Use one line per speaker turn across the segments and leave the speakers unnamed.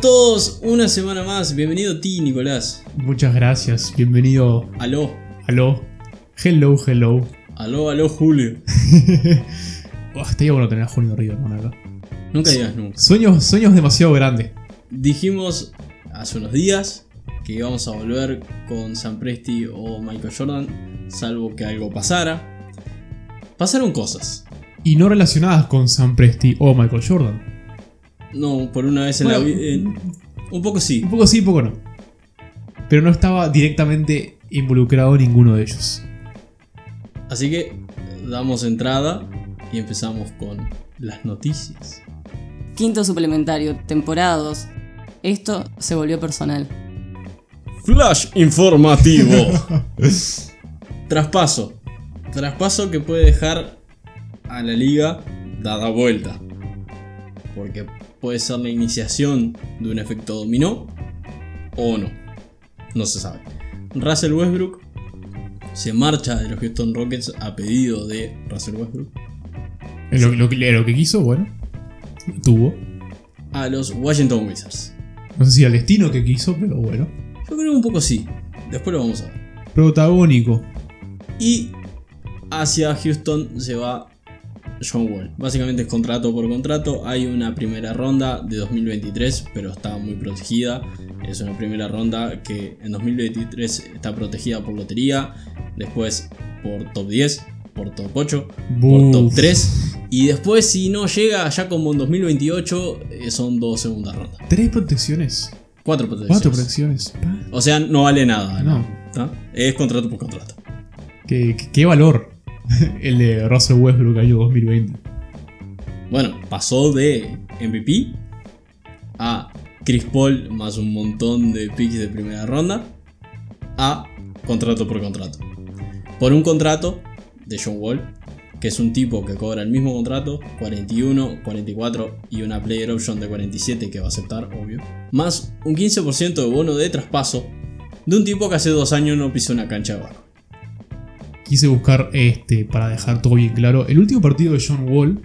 todos una semana más. Bienvenido a ti, Nicolás.
Muchas gracias, bienvenido.
Aló,
Aló. Hello, hello.
aló, aló, Julio.
Uf, estaría bueno tener a Julio Río, hermano, acá.
Nunca digas nunca.
Sueños, sueños demasiado grandes.
Dijimos hace unos días que íbamos a volver con San Presti o Michael Jordan, salvo que algo pasara. Pasaron cosas.
Y no relacionadas con Sam Presti o Michael Jordan.
No, por una vez en la
Bueno,
vida. un poco sí.
Un poco sí, un poco no. Pero no estaba directamente involucrado ninguno de ellos.
Así que damos entrada y empezamos con las noticias.
Quinto suplementario, temporada 2. Esto se volvió personal.
Flash informativo. Traspaso. Traspaso que puede dejar a la liga dada vuelta. Porque puede ser la iniciación de un efecto dominó o no. No se sabe. Russell Westbrook se marcha de los Houston Rockets a pedido de Russell Westbrook
Lo, lo que- lo que quiso, bueno, tuvo.
a los Washington Wizards.
No sé si al destino que quiso, pero bueno.
Yo creo un poco sí. Después lo vamos a ver.
Protagónico.
Y hacia Houston se va John Wall. Básicamente es contrato por contrato. Hay una primera ronda de 2023, pero está muy protegida. Es una primera ronda que en 2023 está protegida por lotería, después por top 10, por top 8, por
Buf.
top 3. Y después, si no llega, ya como en 2028, eh, son dos segundas rondas.
Tres protecciones.
Cuatro protecciones.
Cuatro protecciones. Pa.
O sea, no vale nada.
No.
¿tá? Es contrato por contrato.
Qué, qué- qué valor el de Russell Westbrook año 2020.
Bueno, pasó de MVP a Chris Paul más un montón de picks de primera ronda a contrato por contrato. Por un contrato de John Wall, que es un tipo que cobra el mismo contrato, 41, 44 y una player option de 47 que va a aceptar, obvio, más un 15% de bono de traspaso de un tipo que hace dos años no pisó una cancha de barro.
Quise buscar este para dejar todo bien claro. El último partido de John Wall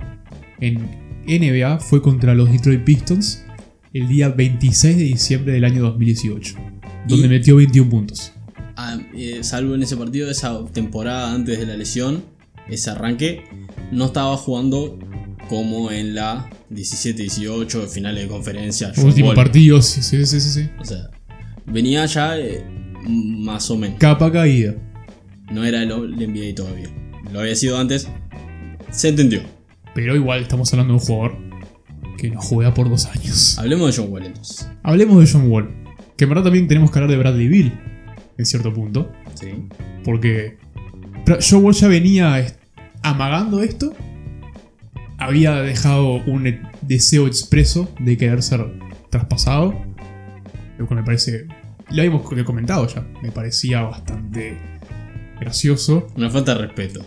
en NBA fue contra los Detroit Pistons el día 26 de diciembre del año 2018, donde
Y-
metió 21 puntos.
Ah, eh, salvo en ese partido, esa temporada antes de la lesión, ese arranque, no estaba jugando como en la 17-18 de finales de conferencia. John
Último
Wall.
partido, sí, sí, sí, sí, sí.
O sea, venía ya eh, más o menos.
Capa caída.
No era el, el NBA todavía. Lo había sido antes. Se entendió.
Pero igual estamos hablando de un jugador que no juega por dos años.
Hablemos de John Wall entonces.
Hablemos de John Wall. Que en verdad también tenemos que hablar de Bradley Bill, en cierto punto.
Sí.
Porque Bra- John Wall ya venía est- amagando esto. Había dejado un e- deseo expreso de querer ser traspasado. Lo que me parece. Lo habíamos co- comentado ya. Me parecía bastante gracioso.
Una falta de respeto.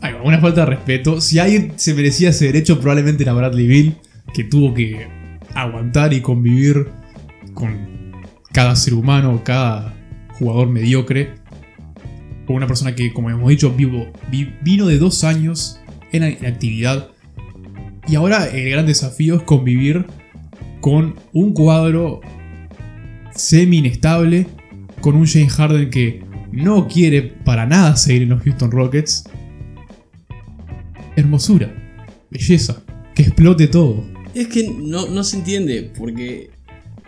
Hay una falta de respeto. Si alguien se merecía ese derecho, probablemente era Bradley Bill, que tuvo que aguantar y convivir con cada ser humano, cada jugador mediocre. Con una persona que, como hemos dicho, vivo, vi- vino de dos años en a- en actividad. Y ahora el gran desafío es convivir con un cuadro semi-inestable, con un James Harden que no quiere para nada seguir en los Houston Rockets hermosura, belleza, que explote todo.
Es que no, no se entiende, porque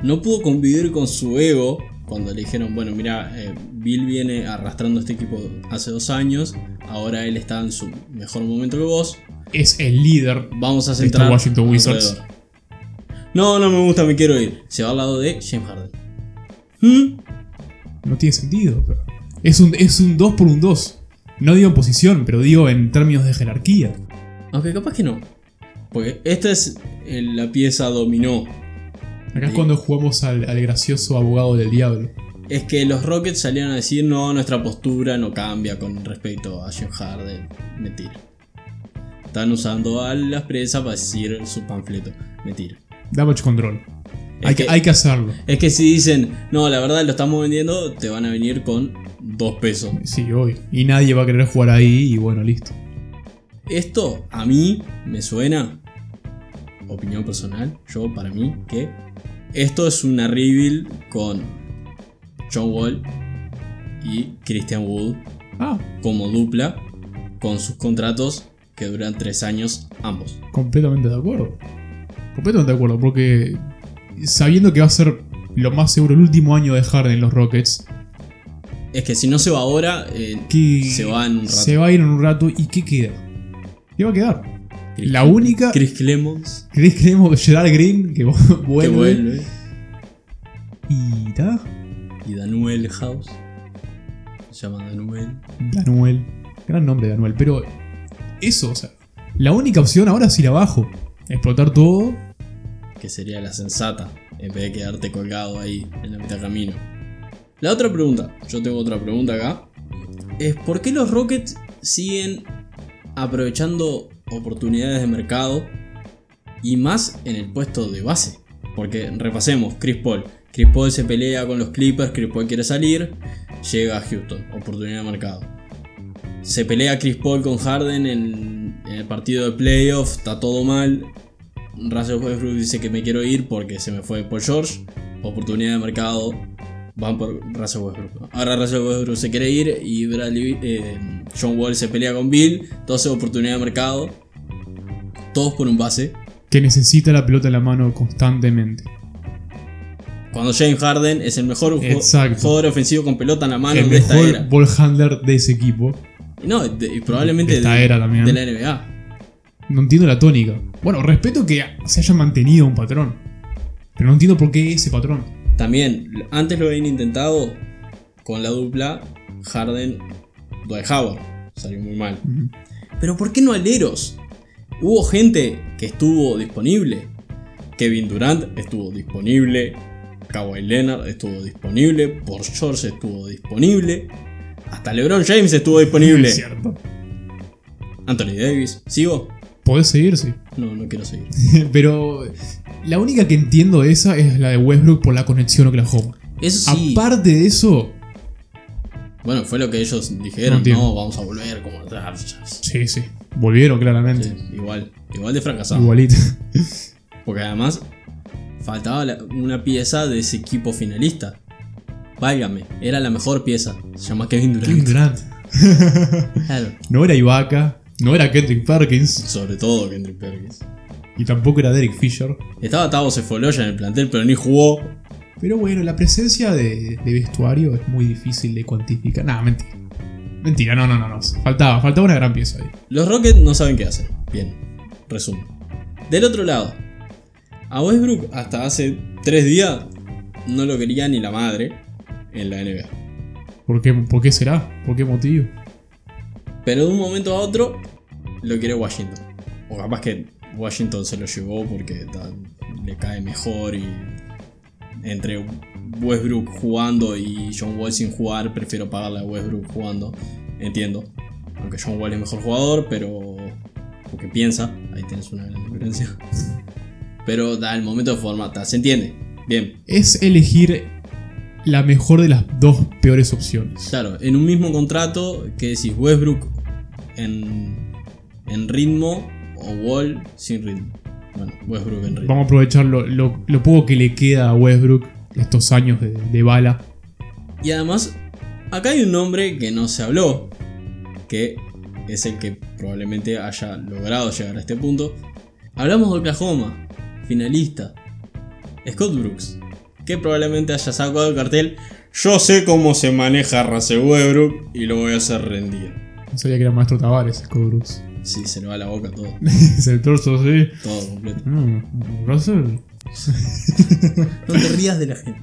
no pudo convivir con su ego cuando le dijeron, bueno, mira, eh, Bill viene arrastrando este equipo hace dos años, ahora él está en su mejor momento que vos,
Es el líder.
vamos a
Mr.
centrar...
Washington Wizards.
alrededor". No, no me gusta, me quiero ir. Se va al lado de James Harden. ¿Mm?
No tiene sentido. pero Es un, es un 2 por un 2. No digo en posición, pero digo en términos de jerarquía.
Aunque capaz que no. Porque esta es eh, la pieza dominó.
Acá es
Sí.
cuando jugamos al, al gracioso abogado del diablo.
Es que los Rockets salieron a decir, no, nuestra postura no cambia con respecto a James Harden. Mentira. Están usando a las presas para decir su panfleto. Mentira.
Damage control.
Es
Hay que,
que-
hay que hacerlo.
Es que si dicen, no, la verdad lo estamos vendiendo, te van a venir con dos pesos.
Sí, hoy. Y nadie va a querer jugar ahí y bueno, listo.
Esto a mí me suena, opinión personal, yo para mí, que esto es una reveal con John Wall y Christian Wood
Ah,
como dupla con sus contratos que duran tres años ambos.
completamente de acuerdo. Completamente de acuerdo, porque sabiendo que va a ser lo más seguro el último año de Harden en los Rockets,
Es que si no se va ahora, eh,
que
se va en un rato.
se va a ir en un rato y ¿qué queda? ¿Qué va a quedar?
Chris-
La única...
Chris Clemons
Chris Clemo, Gerard Green, que vuelve.
que vuelve
Y ta,
y Danuel House. Se llama Danuel.
Danuel. Gran nombre Danuel. Pero eso, o sea, la única opción ahora es ir abajo. Explotar todo.
que sería la sensata, en vez de quedarte colgado ahí en la mitad del camino. La otra pregunta, yo tengo otra pregunta acá, es ¿por qué los Rockets siguen aprovechando oportunidades de mercado y más en el puesto de base? Porque repasemos, Chris Paul. Chris Paul se pelea con los Clippers, Chris Paul quiere salir, llega a Houston, oportunidad de mercado. Se pelea Chris Paul con Harden en, en el partido de playoff, está todo mal, Russell Westbrook dice que me quiero ir porque se me fue Paul George. Oportunidad de mercado. Van por Russell Westbrook. Ahora Russell Westbrook se quiere ir y Bradley- eh, John Wall se pelea con Bill. Entonces oportunidad de mercado. Todos por un base.
Que necesita la pelota en la mano constantemente.
Cuando James Harden es el mejor ju-
Exacto.
jugador ofensivo con pelota en la mano
el
de esta
mejor
era.
ball handler de ese equipo.
Y No, de- y probablemente
de esta
de,
era también.
de la NBA.
No entiendo la tónica. Bueno, respeto que se haya mantenido un patrón. Pero no entiendo por qué ese patrón.
También, antes lo habían intentado con la dupla Harden-Dwight Howard. Salió muy mal.
Ujú.
Pero ¿por qué no aleros? Hubo gente que estuvo disponible. Kevin Durant estuvo disponible. Kawhi Leonard estuvo disponible. Por George estuvo disponible. Hasta LeBron James estuvo disponible.
Es cierto.
Anthony Davis. ¿Sigo?
Podés seguir, sí.
No, no quiero seguir.
Pero la única que entiendo de esa es la de Westbrook por la conexión a Oklahoma.
Eso sí.
Aparte de eso,
Bueno, fue lo que ellos
No
dijeron. No,
entiendo.
vamos a volver. Como...
sí, sí. Volvieron claramente.
Sí, igual. Igual de fracasado.
Igualito.
Porque además faltaba la- una pieza de ese equipo finalista. Válgame, era la mejor pieza. Se llama Kevin Durant.
Kevin Durant.
Claro.
No era Ibaka, no era Kendrick Perkins
Sobre todo Kendrick Perkins.
y tampoco era Derek Fisher.
Estaba Tavo Cefaloya en el plantel, pero ni jugó.
Pero bueno, la presencia de, de vestuario es muy difícil de cuantificar. Nada, mentira. Mentira, no, no, no, no. Faltaba, faltaba una gran pieza ahí.
Los Rockets no saben qué hacer. Bien, resumo. Del otro lado, a Westbrook hasta hace tres días no lo quería ni la madre en la NBA.
¿Por qué, por qué será? ¿Por qué motivo?
Pero de un momento a otro lo quiere Washington. O capaz que Washington se lo llevó porque ta- le cae mejor y entre Westbrook jugando y John Wall sin jugar, prefiero pagarle a Westbrook jugando. Entiendo. Aunque John Wall es mejor jugador, pero... Porque piensa, ahí tenés una gran diferencia. Pero da el momento de forma, ta, se entiende. Bien,
Es elegir la mejor de las dos peores opciones.
Claro, en un mismo contrato que decís Westbrook en, en ritmo o Wall sin ritmo. Bueno, Westbrook en ritmo.
Vamos a aprovechar lo, lo- lo poco que le queda a Westbrook estos años de, de bala.
Y además, acá hay un nombre que no se habló, que es el que probablemente haya logrado llegar a este punto. Hablamos de Oklahoma, finalista. Scott Brooks, que probablemente haya sacado el cartel. Yo sé cómo se maneja Russell Westbrook y lo voy a hacer rendir.
No sabía que era maestro Tavares, Scott Brooks.
Sí, se le va la boca todo,
Es el torso así.
todo completo.
Mm, Russell.
No te rías de la gente.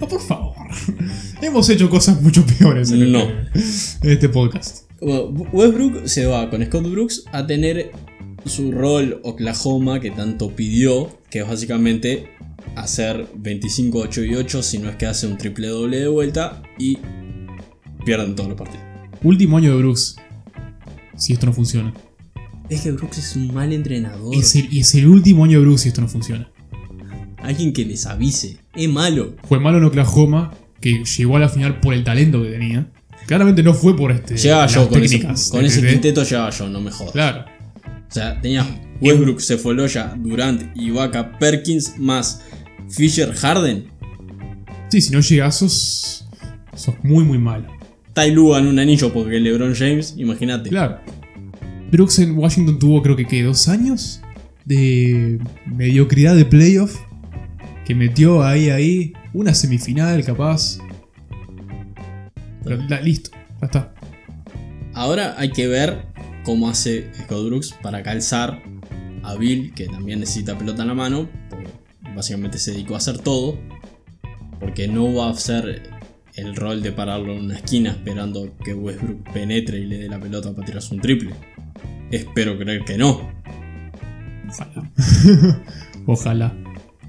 Ah, por favor. Hemos hecho cosas mucho peores en, el-
No.
en este podcast.
Bueno, Westbrook se va con Scott Brooks a tener su rol Oklahoma que tanto pidió, que es básicamente hacer 25, 8 y 8, si no es que hace un triple doble de vuelta y pierden todos los partidos.
Último año de Brooks. Si esto no funciona.
Es que Brooks es un mal entrenador.
Es el, y es el último año de Brooks si esto no funciona.
Alguien que les avise. Es malo.
Fue malo en Oklahoma, que llegó a la final por el talento que tenía. Claramente no fue por este.
Llegaba
las
yo con, ese,
técnicas,
con ese
¿entendés?
quinteto, llegaba yo, no me jodas.
Claro.
O sea, tenía Westbrook, Cefaloya, Durant, Ibaka, Perkins, más Fisher Harden,
Sí, si no llegas, sos, sos muy, muy malo.
Ty Lue en un anillo porque LeBron James, imagínate.
Claro. Brooks en Washington tuvo, creo que, ¿qué? dos años de mediocridad de playoff. Que metió ahí, ahí, una semifinal, capaz. Pero la- listo, ya está.
Ahora hay que ver cómo hace Scott Brooks para calzar a Bill, que también necesita pelota en la mano, porque básicamente se dedicó a hacer todo, porque no va a ser el rol de pararlo en una esquina esperando que Westbrook penetre y le dé la pelota para tirarse un triple. Espero creer que no.
Ojalá. Ojalá.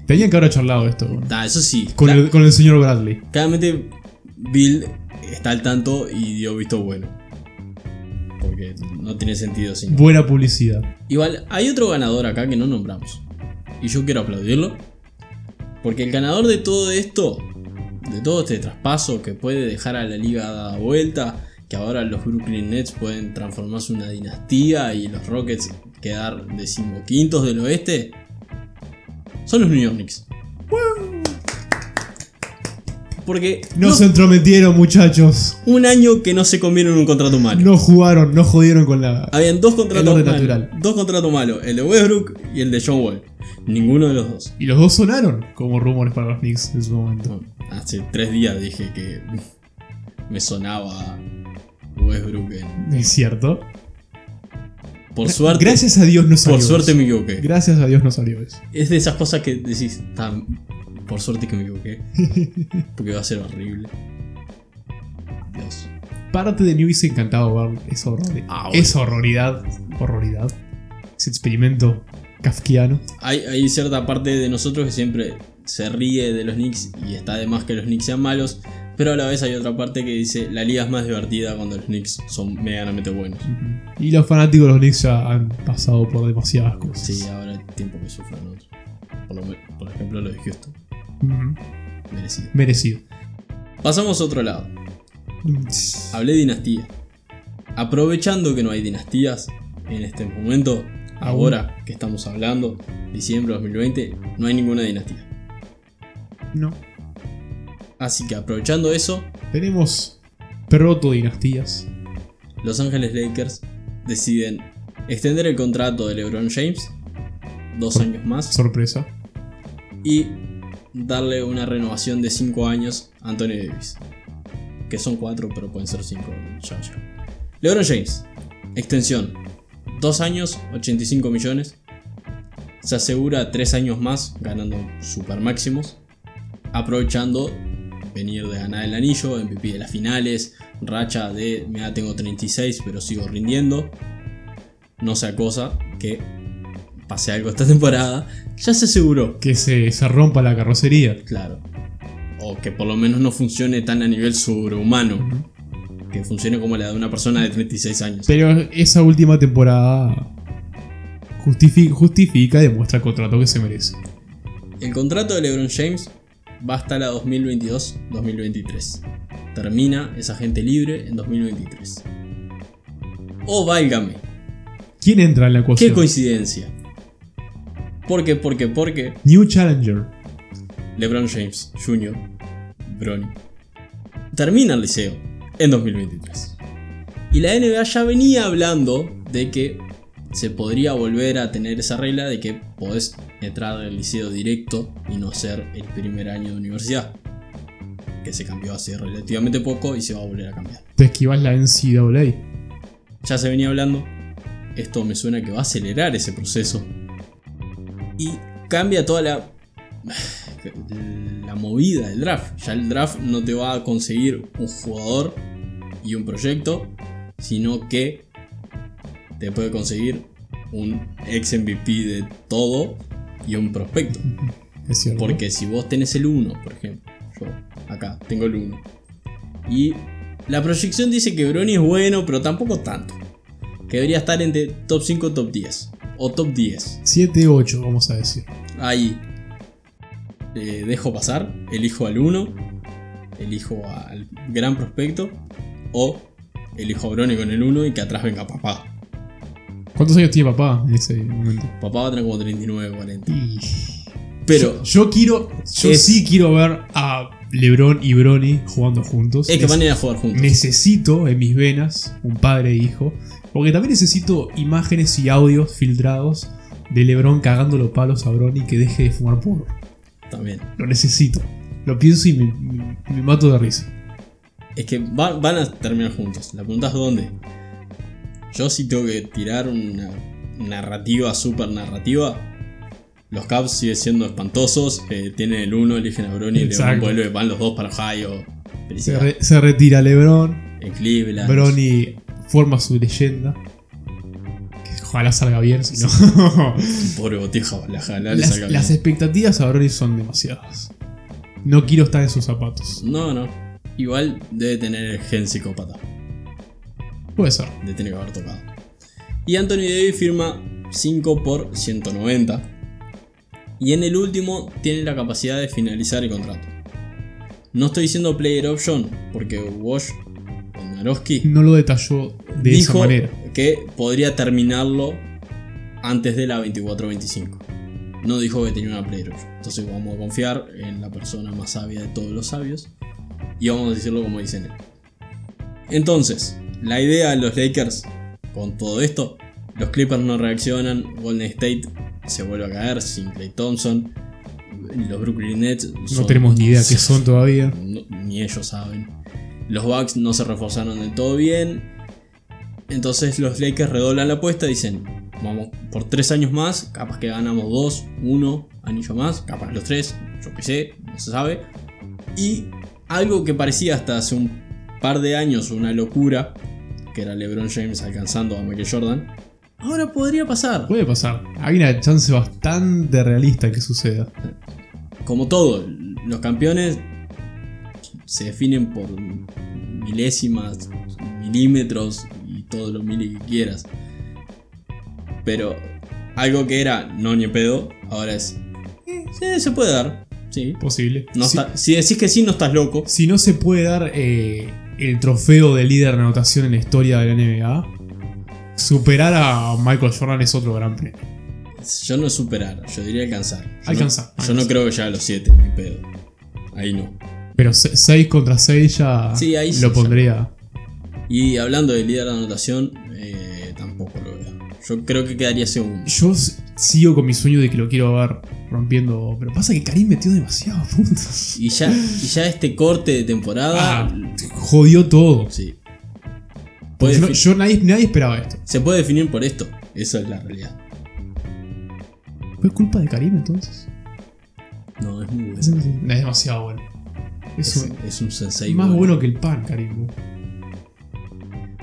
Tenían que haber charlado esto con,
Da, eso sí,
con
cla-
el, con el señor Bradley.
claramente Bill está al tanto y dio visto bueno. Porque no tiene sentido si no.
Buena publicidad.
Igual, hay otro ganador acá que no nombramos. Y yo quiero aplaudirlo. Porque el ganador de todo esto, de todo este traspaso que puede dejar a la liga dada vuelta, que ahora los Brooklyn Nets pueden transformarse en una dinastía y los Rockets quedar decimoquintos del oeste, son los New York Knicks. Porque
No,
no-
se entrometieron, muchachos.
un año que no se comieron un contrato humano.
No jugaron, no jodieron con la.
Habían dos contratos
orden
malos.
natural.
Dos contratos malos, el de Westbrook y el de John Wall. Ninguno de los dos.
Y los dos sonaron como rumores para los Knicks en su momento.
No, Hace tres días dije que me sonaba Westbrook. en-
Es cierto.
Por suerte.
Gracias a Dios no salió.
Por suerte
eso.
me equivoqué.
Gracias a Dios no salió eso.
Es de esas cosas que decís, "Tan- por suerte que me equivoqué. Porque va a ser horrible. Dios.
Parte de New se encantado ver esa, horror-
Ah, bueno.
esa horroridad. Horroridad. Ese experimento kafkiano.
Hay, hay cierta parte de nosotros que siempre se ríe de los Knicks y está de más que los Knicks sean malos, pero a la vez hay otra parte que dice la liga es más divertida cuando los Knicks son medianamente buenos.
Y los fanáticos de los Knicks ya han pasado por demasiadas cosas.
Sí, ahora es tiempo que sufran otros. Por, lo me- por ejemplo, lo de Houston,
Ujú.
merecido.
Merecido.
Pasamos a otro lado. Hablé de dinastía. Aprovechando que no hay dinastías en este momento, ahora que estamos hablando, diciembre de 2020, no hay ninguna dinastía.
No.
Así que aprovechando eso,
Tenemos proto dinastías.
Los Ángeles Lakers deciden extender el contrato de LeBron James dos años más
Sorpresa.
y darle una renovación de cinco años a Anthony Davis. Que son cuatro, pero pueden ser cinco. ya, ya. LeBron James, extensión. Dos años, 85 millones. Se asegura tres años más, ganando super máximos. Aprovechando venir de ganar el anillo, MVP de las finales, racha de, mira, tengo 36, pero sigo rindiendo. No sea cosa que pase algo esta temporada. Ya se aseguró
Que se, se rompa la carrocería.
Claro. O que por lo menos no funcione tan a nivel sobrehumano.
Ujú.
Que funcione como la de una persona de 36 años.
Pero esa última temporada justifi- justifica y demuestra el contrato que se merece.
El contrato de LeBron James va hasta la 2022-2023. Termina esa gente libre en 2023. Oh, válgame.
¿Quién entra en la
Qué
ecuación?
coincidencia. Porque, porque, porque
New Challenger.
LeBron James Jr., Bronny, termina el liceo en 2023. Y la NBA ya venía hablando de que se podría volver a tener esa regla de que podés entrar al liceo directo y no ser el primer año de universidad. Que se cambió hace relativamente poco y se va a volver a cambiar.
Te esquivas la NCAA.
Ya se venía hablando. Esto me suena que va a acelerar ese proceso. Y cambia toda la, la movida del draft. Ya el draft no te va a conseguir un jugador y un proyecto, sino que te puede conseguir un ex MVP de todo y un prospecto.
Es cierto.
Porque si vos tenés el 1, por ejemplo, yo acá tengo el 1. Y la proyección dice que Brony es bueno, pero tampoco tanto. Que debería estar entre top 5 top 10. O top 10.
7-8, vamos a decir.
Ahí eh, dejo pasar, elijo al 1, elijo al gran prospecto, o elijo a Brony con el 1 y que atrás venga papá.
¿Cuántos años tiene papá en ese momento?
Papá va a tener como 39, 40.
Y
Pero
Yo quiero. Yo
Es-
sí quiero ver a LeBron y Bronny jugando juntos.
es que
Nece-
van a ir a jugar juntos.
Necesito en mis venas un padre e hijo. Porque también necesito imágenes y audios filtrados de LeBron cagando los palos a Bronny que deje de fumar porro.
También.
Lo necesito. Lo pienso y me, me- me mato de risa.
Es que va- van a terminar juntos. La pregunta es dónde. Yo sí tengo que tirar una narrativa, super narrativa. Los Cavs siguen siendo espantosos. eh, tienen el uno, eligen a Brony, LeBron
Exacto.
vuelve, van los dos para Ohio.
Se,
Felicidad.
re- se retira LeBron.
En Cleveland.
Bronny forma su leyenda. Que ojalá salga bien, si no.
Pobre boteja, ojalá le
las,
salga
las
bien.
expectativas a Bronny son demasiadas. No quiero estar en sus zapatos.
No, no. Igual debe tener gen psicópata.
Puede ser.
Le tiene que haber tocado. Y Anthony Davis firma 5 por 190. Y en el último tiene la capacidad de finalizar el contrato. No estoy diciendo player option, porque Wash Narowski
No lo detalló de esa
dijo
manera.
que podría terminarlo antes de la 24-25. No dijo que tenía una player option. Entonces vamos a confiar en la persona más sabia de todos los sabios. Y vamos a decirlo como dicen él. Entonces, la idea de los Lakers con todo esto, los Clippers no reaccionan, Golden State se vuelve a caer sin Clay Thompson, los Brooklyn Nets
No
son-
tenemos ni idea qué son todavía.
no- ni ellos saben. Los Bucks no se reforzaron del todo bien. Entonces los Lakers redoblan la apuesta y dicen, vamos por tres años más, capaz que ganamos dos, uno, anillo más, capaz los tres, yo qué sé, no se sabe. Y algo que parecía hasta hace un par de años una locura, que era LeBron James alcanzando a Michael Jordan, ahora podría pasar.
Puede pasar. Hay una chance bastante realista que suceda.
como todo, los campeones se definen por milésimas, milímetros y todo lo mil que quieras. Pero algo que era no ni en pedo, ahora es. eh, sí, se puede dar. Sí.
Posible.
No
si,
está- si decís que sí, no estás loco.
si no se puede dar eh, el trofeo de líder en anotación en la historia de la NBA, superar a Michael Jordan es otro gran premio.
Yo no superar, yo diría alcanzar. Yo no-
Alcanzar,
yo no
alcanzar.
creo que llegue a los 7, ni pedo. Ahí no.
Pero 6 contra 6 ya
Sí, ahí sí,
lo
ya.
pondría.
Y hablando de líder de anotación, eh, tampoco lo veo. Yo creo que quedaría segundo.
Yo s- sigo con mi sueño de que lo quiero ver rompiendo. Pero pasa que Karim metió demasiados puntos.
Y ya, y ya este corte de temporada.
Ah, jodió todo.
sí. Puede
Yo, no-
defi-
yo nadie, nadie esperaba esto.
se puede definir por esto. Esa es la realidad.
¿Fue culpa de Karim entonces?
No, es muy bueno.
Es, es demasiado bueno. Es,
Es,
un-
es un sensei.
más bueno que el pan, Karim.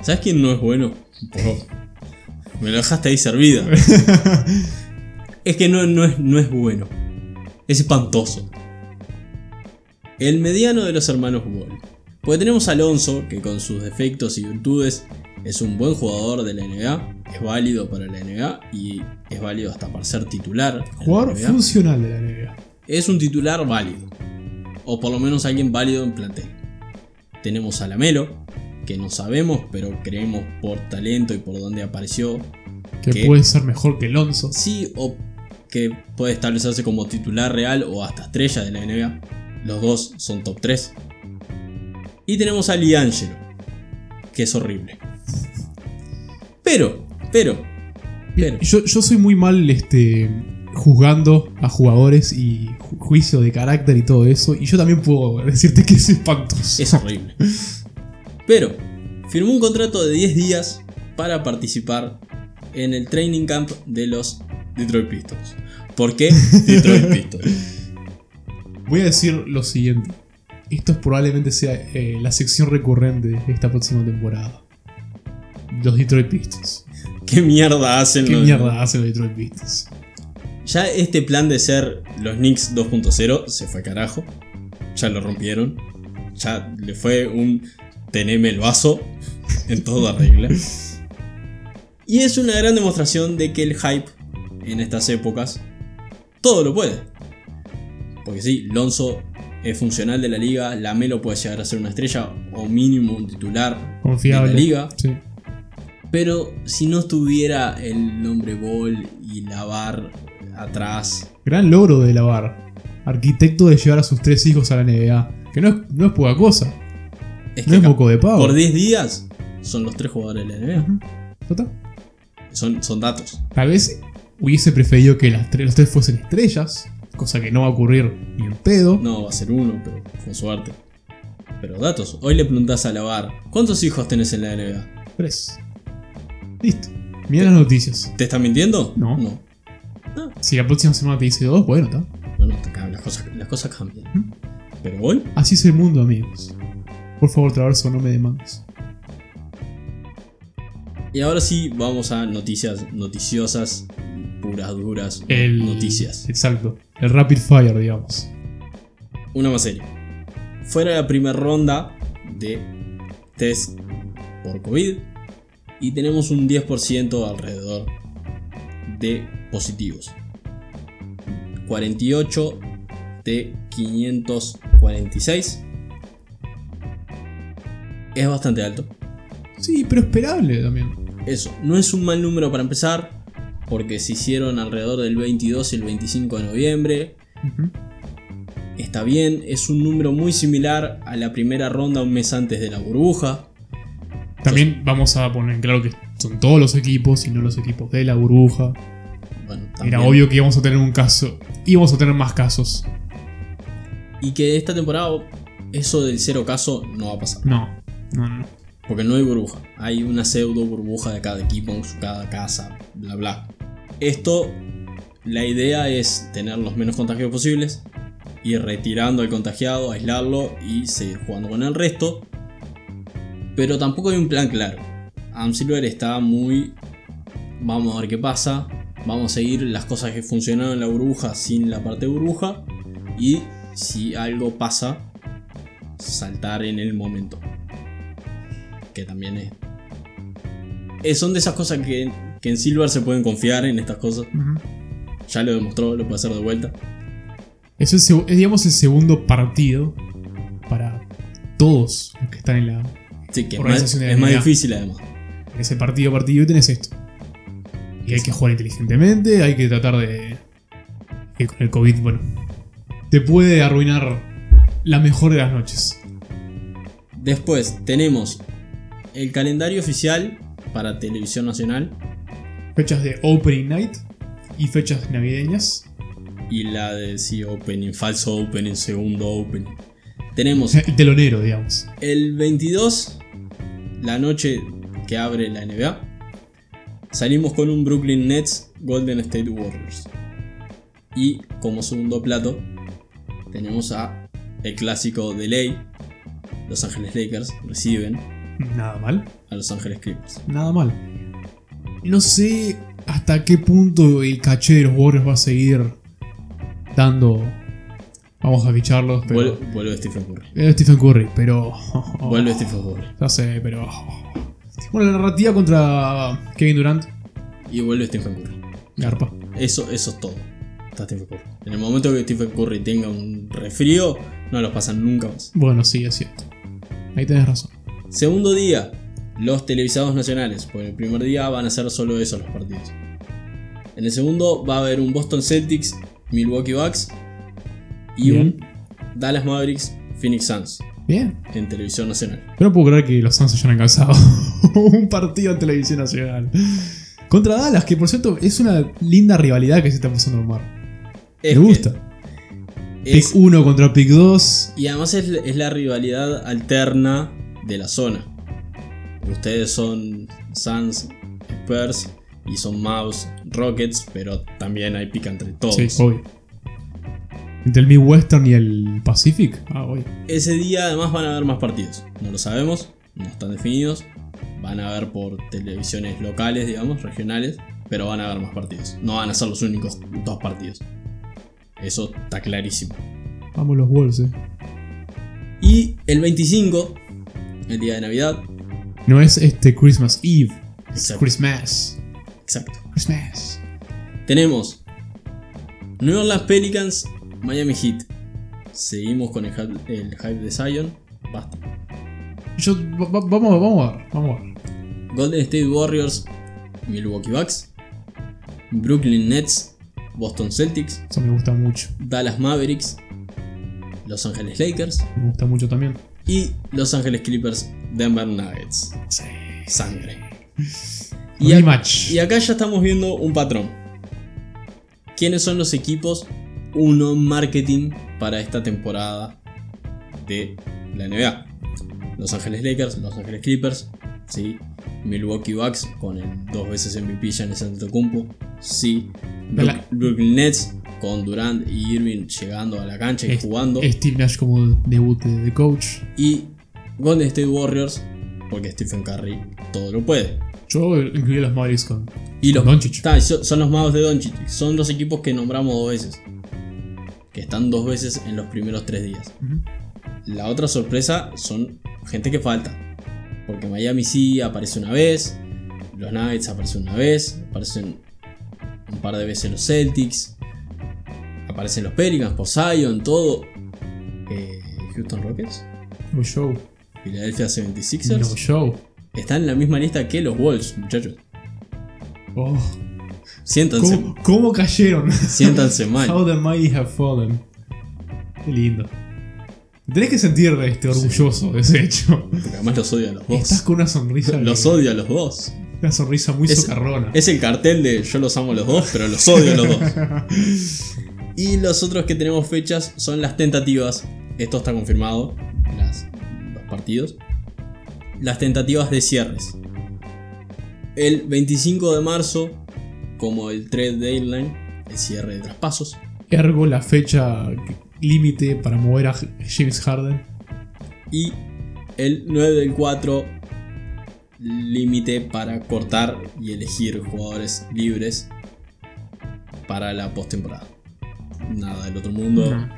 ¿Sabes quién no es bueno? Vos. Me lo dejaste ahí servida. es que no, no, es, no es bueno. Es espantoso. El mediano de los hermanos Ball. Porque tenemos a Alonso, que con sus defectos y virtudes es un buen jugador de la NBA, es válido para la NBA y es válido hasta para ser titular. en la
Jugador
NBA.
funcional de la NBA.
Es un titular válido. O por lo menos alguien válido en plantel. Tenemos a Lamelo, que no sabemos, pero creemos por talento y por dónde apareció.
Que
¿Qué?
puede ser mejor que Lonzo.
Sí, o que puede establecerse como titular real o hasta estrella de la NBA. Los dos son top 3. Y tenemos a Liangelo, que es horrible. Pero, pero, pero.
Yo, yo soy muy mal este, juzgando a jugadores y ju- juicio de carácter y todo eso. Y yo también puedo decirte que es espantoso.
Es horrible. Pero firmó un contrato de 10 días para participar en el training camp de los Detroit Pistons. ¿Por qué Detroit Pistons?
Voy a decir lo siguiente. Esto es probablemente sea eh, la sección recurrente de esta próxima temporada. Los Detroit Pistons.
¿Qué mierda hacen
¿Qué
los
mierda hacen los Detroit Pistons?
Ya este plan de ser los Knicks 2.0 se fue a carajo. Ya lo rompieron. Ya le fue un teneme el vaso en toda regla. Y es una gran demostración de que el hype en estas épocas todo lo puede. Porque sí, Lonzo es funcional de la liga, Lamelo puede llegar a ser una estrella o mínimo un titular
Confiable.
de la liga.
Sí.
Pero si no estuviera el nombre Ball y Lavar atrás,
Gran logro de la barra. arquitecto de llevar a sus tres hijos a la NBA. Que no es, no es poca cosa.
Es
No es
cap-
moco de pavo.
por 10 días son los tres jugadores de la NBA.
Total.
Son, son datos.
Tal vez hubiese preferido que las tres, los tres fuesen estrellas, cosa que no va a ocurrir ni en pedo.
No, va a ser uno, pero con suerte. Pero datos. Hoy le preguntás a Lavar, ¿cuántos hijos tenés en la NBA?
Tres. Listo. Mira las noticias.
¿Te está mintiendo?
No.
No,
Si la próxima semana te dice dos, bueno, está.
no, no, acá las, cosas, las cosas cambian. Pero hoy,
Así es el mundo, amigos. Por favor, Traverso, no me demandes.
y ahora sí, vamos a noticias noticiosas, puras, duras,
El...
noticias.
Exacto. El rapid fire, digamos.
Una más seria. Fuera la primera ronda de test por COVID y tenemos un 10% alrededor de positivos. 48 de 546. Es bastante alto.
Sí, pero esperable también.
Eso, no es un mal número para empezar, porque se hicieron alrededor del 22 y el 25 de noviembre,
Ujú.
está bien, es un número muy similar a la primera ronda un mes antes de la burbuja.
También vamos a poner en claro que son todos los equipos y no los equipos de la burbuja.
Bueno,
Era
también.
obvio que íbamos a tener un caso. Íbamos a tener más casos.
Y que esta temporada eso del cero caso no va a pasar,
No, no, no.
porque no hay burbuja, hay una pseudo burbuja de cada equipo, en su- cada casa, bla bla. Esto, la idea es tener los menos contagios posibles, ir retirando al contagiado, aislarlo y seguir jugando con el resto. Pero tampoco hay un plan claro. Adam Silver está muy. Vamos a ver qué pasa. Vamos a seguir las cosas que funcionaron en la burbuja sin la parte de burbuja. Y si algo pasa, saltar en el momento. Que también es. eh, Son de esas cosas que, que en Silver se pueden confiar en estas cosas.
Ujú.
Ya lo demostró, lo puede hacer de vuelta.
Eso es, seg- es, digamos, el segundo partido para todos los que están en, la,
Sí, que es más,
Organización de
es más
NBA.
difícil además.
en ese partido partido y tenés esto. Y hay que jugar inteligentemente, hay que tratar de... que con el COVID, bueno, te puede arruinar la mejor de las noches.
Después tenemos el calendario oficial para Televisión Nacional
Fechas de Opening Night y fechas navideñas.
y la de sí, opening, falso opening, segundo opening. Tenemos
El telonero, digamos.
el 22, la noche que abre la NBA. Salimos con un Brooklyn Nets Golden State Warriors. Y como segundo plato tenemos a el clásico de ley. Los Ángeles Lakers reciben
Nada mal.
a Los Ángeles Clippers.
Nada mal. No sé hasta qué punto el caché de los Warriors va a seguir dando. Vamos a ficharlos, pero. Oh.
Vuelve, vuelve Stephen Curry.
Eh, Stephen Curry, pero.
Vuelve Stephen Curry.
Ya sé, pero. Bueno, la narrativa contra Kevin Durant,
Y vuelve Stephen Curry.
garpa.
Eso, eso es todo. Está Stephen Curry. En el momento que Stephen Curry tenga un resfrío, no los pasan nunca más.
Bueno, sí, es cierto. Ahí tenés razón.
Segundo día, los televisados nacionales. Porque el primer día van a ser solo esos los partidos. En el segundo va a haber un Boston Celtics, Milwaukee Bucks y
Bien.
un Dallas Mavericks, Phoenix Suns
Bien.
en televisión nacional.
Yo no puedo creer que los Suns hayan alcanzado un partido en televisión nacional. Contra Dallas, que por cierto es una linda rivalidad que se está pasando a armar.
Es
Me gusta.
que es-
pick 1 contra pick 2.
Y además es, es la rivalidad alterna de la zona. Ustedes son Suns, Spurs y son Mouse, Rockets, pero también hay pica entre todos.
Sí, obvio. Entre el Midwestern y el Pacific. Ah, obvio.
Ese día además van a haber más partidos. No lo sabemos, no están definidos. Van a haber por televisiones locales, digamos, regionales, pero van a haber más partidos. No van a ser los únicos dos partidos. Eso está clarísimo.
Vamos los Wolves, eh.
Y el 25, el día de Navidad.
No es este Christmas Eve. Es
Exacto.
Christmas.
Exacto.
Christmas.
Tenemos New Orleans Pelicans, Miami Heat. Seguimos con el, hype- el hype de Zion. Basta.
Yo, va- va- vamos, vamos a ver, vamos a ver.
Golden State Warriors, Milwaukee Bucks, Brooklyn Nets, Boston Celtics,
Eso me gusta mucho.
Dallas Mavericks, Los Ángeles Lakers
Me gusta mucho también.
y Los Ángeles Clippers Denver Nuggets. Sangre. Y
Y
a-
Rematch.
Y acá ya estamos viendo un patrón. ¿Quiénes son los equipos uno en marketing para esta temporada de la NBA? Los Ángeles Lakers, Los Ángeles Clippers, sí. Milwaukee Bucks con el dos veces MVP Giannis Antetokounmpo, sí. Brook-
Hola.
Brooklyn Nets con Durant y Irving llegando a la cancha y
Es-
jugando
Steve Nash como debut de, de coach.
y Golden State Warriors porque Stephen Curry todo lo puede.
Yo incluí a los Mavericks con,
Y los
con Doncic.
Está, y so- son los magos de Doncic. Son los equipos que nombramos dos veces. Que están dos veces en los primeros tres días.
Ujú.
La otra sorpresa son gente que falta. Porque Miami sí aparece una vez. Los Nuggets aparecen una vez. Aparecen un par de veces los Celtics. Aparecen los Pelicans, Poseidon, todo. Eh, Houston Rockets.
No show.
Philadelphia 76ers.
No show.
Están en la misma lista que los Wolves, muchachos.
Oh,
Siéntanse,
¿cómo, cómo cayeron?
siéntanse mal.
How the mighty have fallen. Qué lindo. Te Tenés que sentirte este, orgulloso de ese hecho.
Porque además los odio a los
Estás
dos.
con una sonrisa.
Los
que-
odio a los dos.
Una sonrisa muy
Es-
socarrona.
Es el cartel de yo los amo a los dos, pero los odio a los dos. Y los otros que tenemos fechas son las tentativas. Esto está confirmado. Las, los partidos. Las tentativas de cierres. El 25 de marzo, como el trade deadline, el cierre de traspasos.
Ergo la fecha límite para mover a James Harden.
Y el 9 del 4, límite para cortar y elegir jugadores libres para la postemporada. Nada del otro mundo.
No.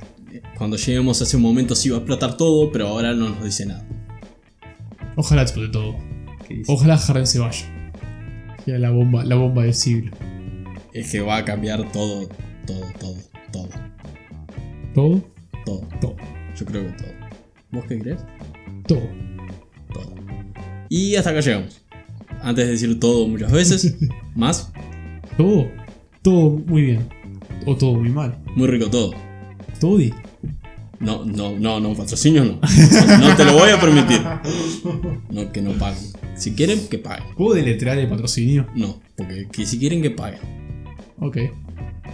Cuando lleguemos hace un momento sí va a explotar todo, pero ahora no nos dice nada.
Ojalá explote todo. Ojalá Harden se vaya. Sea la bomba, la bomba del siglo.
Es que va a cambiar todo, todo, todo, todo,
¿Todo?
todo.
Todo.
Yo creo que todo. ¿Vos qué crees?
Todo.
Todo. Y hasta acá llegamos. Antes de decir todo muchas veces, más,
Todo. Todo muy bien. O todo muy mal.
muy rico todo.
Todi.
No, no, no, no, patrocinio no. No te lo voy a permitir. No, que no paguen. Si quieren, que paguen.
¿Puedo deletrear el patrocinio?
No, porque que si quieren, que paguen.
Ok.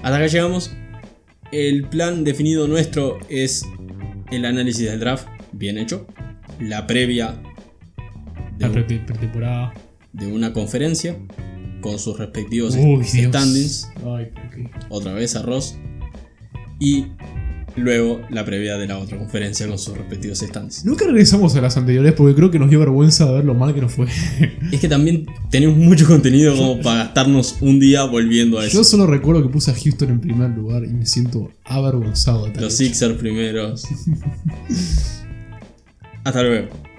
Hasta acá llegamos. El plan definido nuestro es el análisis del draft, bien hecho. La previa de,
La
un-
pre- pretemporada.
de una conferencia con sus respectivos
Uy, Dios.
standings.
Ay, ¿por qué?
otra vez a Ross. Y luego la previa de la otra conferencia con sus respectivos stands.
Nunca regresamos a las anteriores porque creo que nos dio vergüenza de ver lo mal que nos fue.
Es que también tenemos mucho contenido como para gastarnos un día volviendo a
Yo
eso.
solo recuerdo que puse a Houston en primer lugar y me siento avergonzado. de tal
Los
hecho.
Sixers primeros. Hasta luego.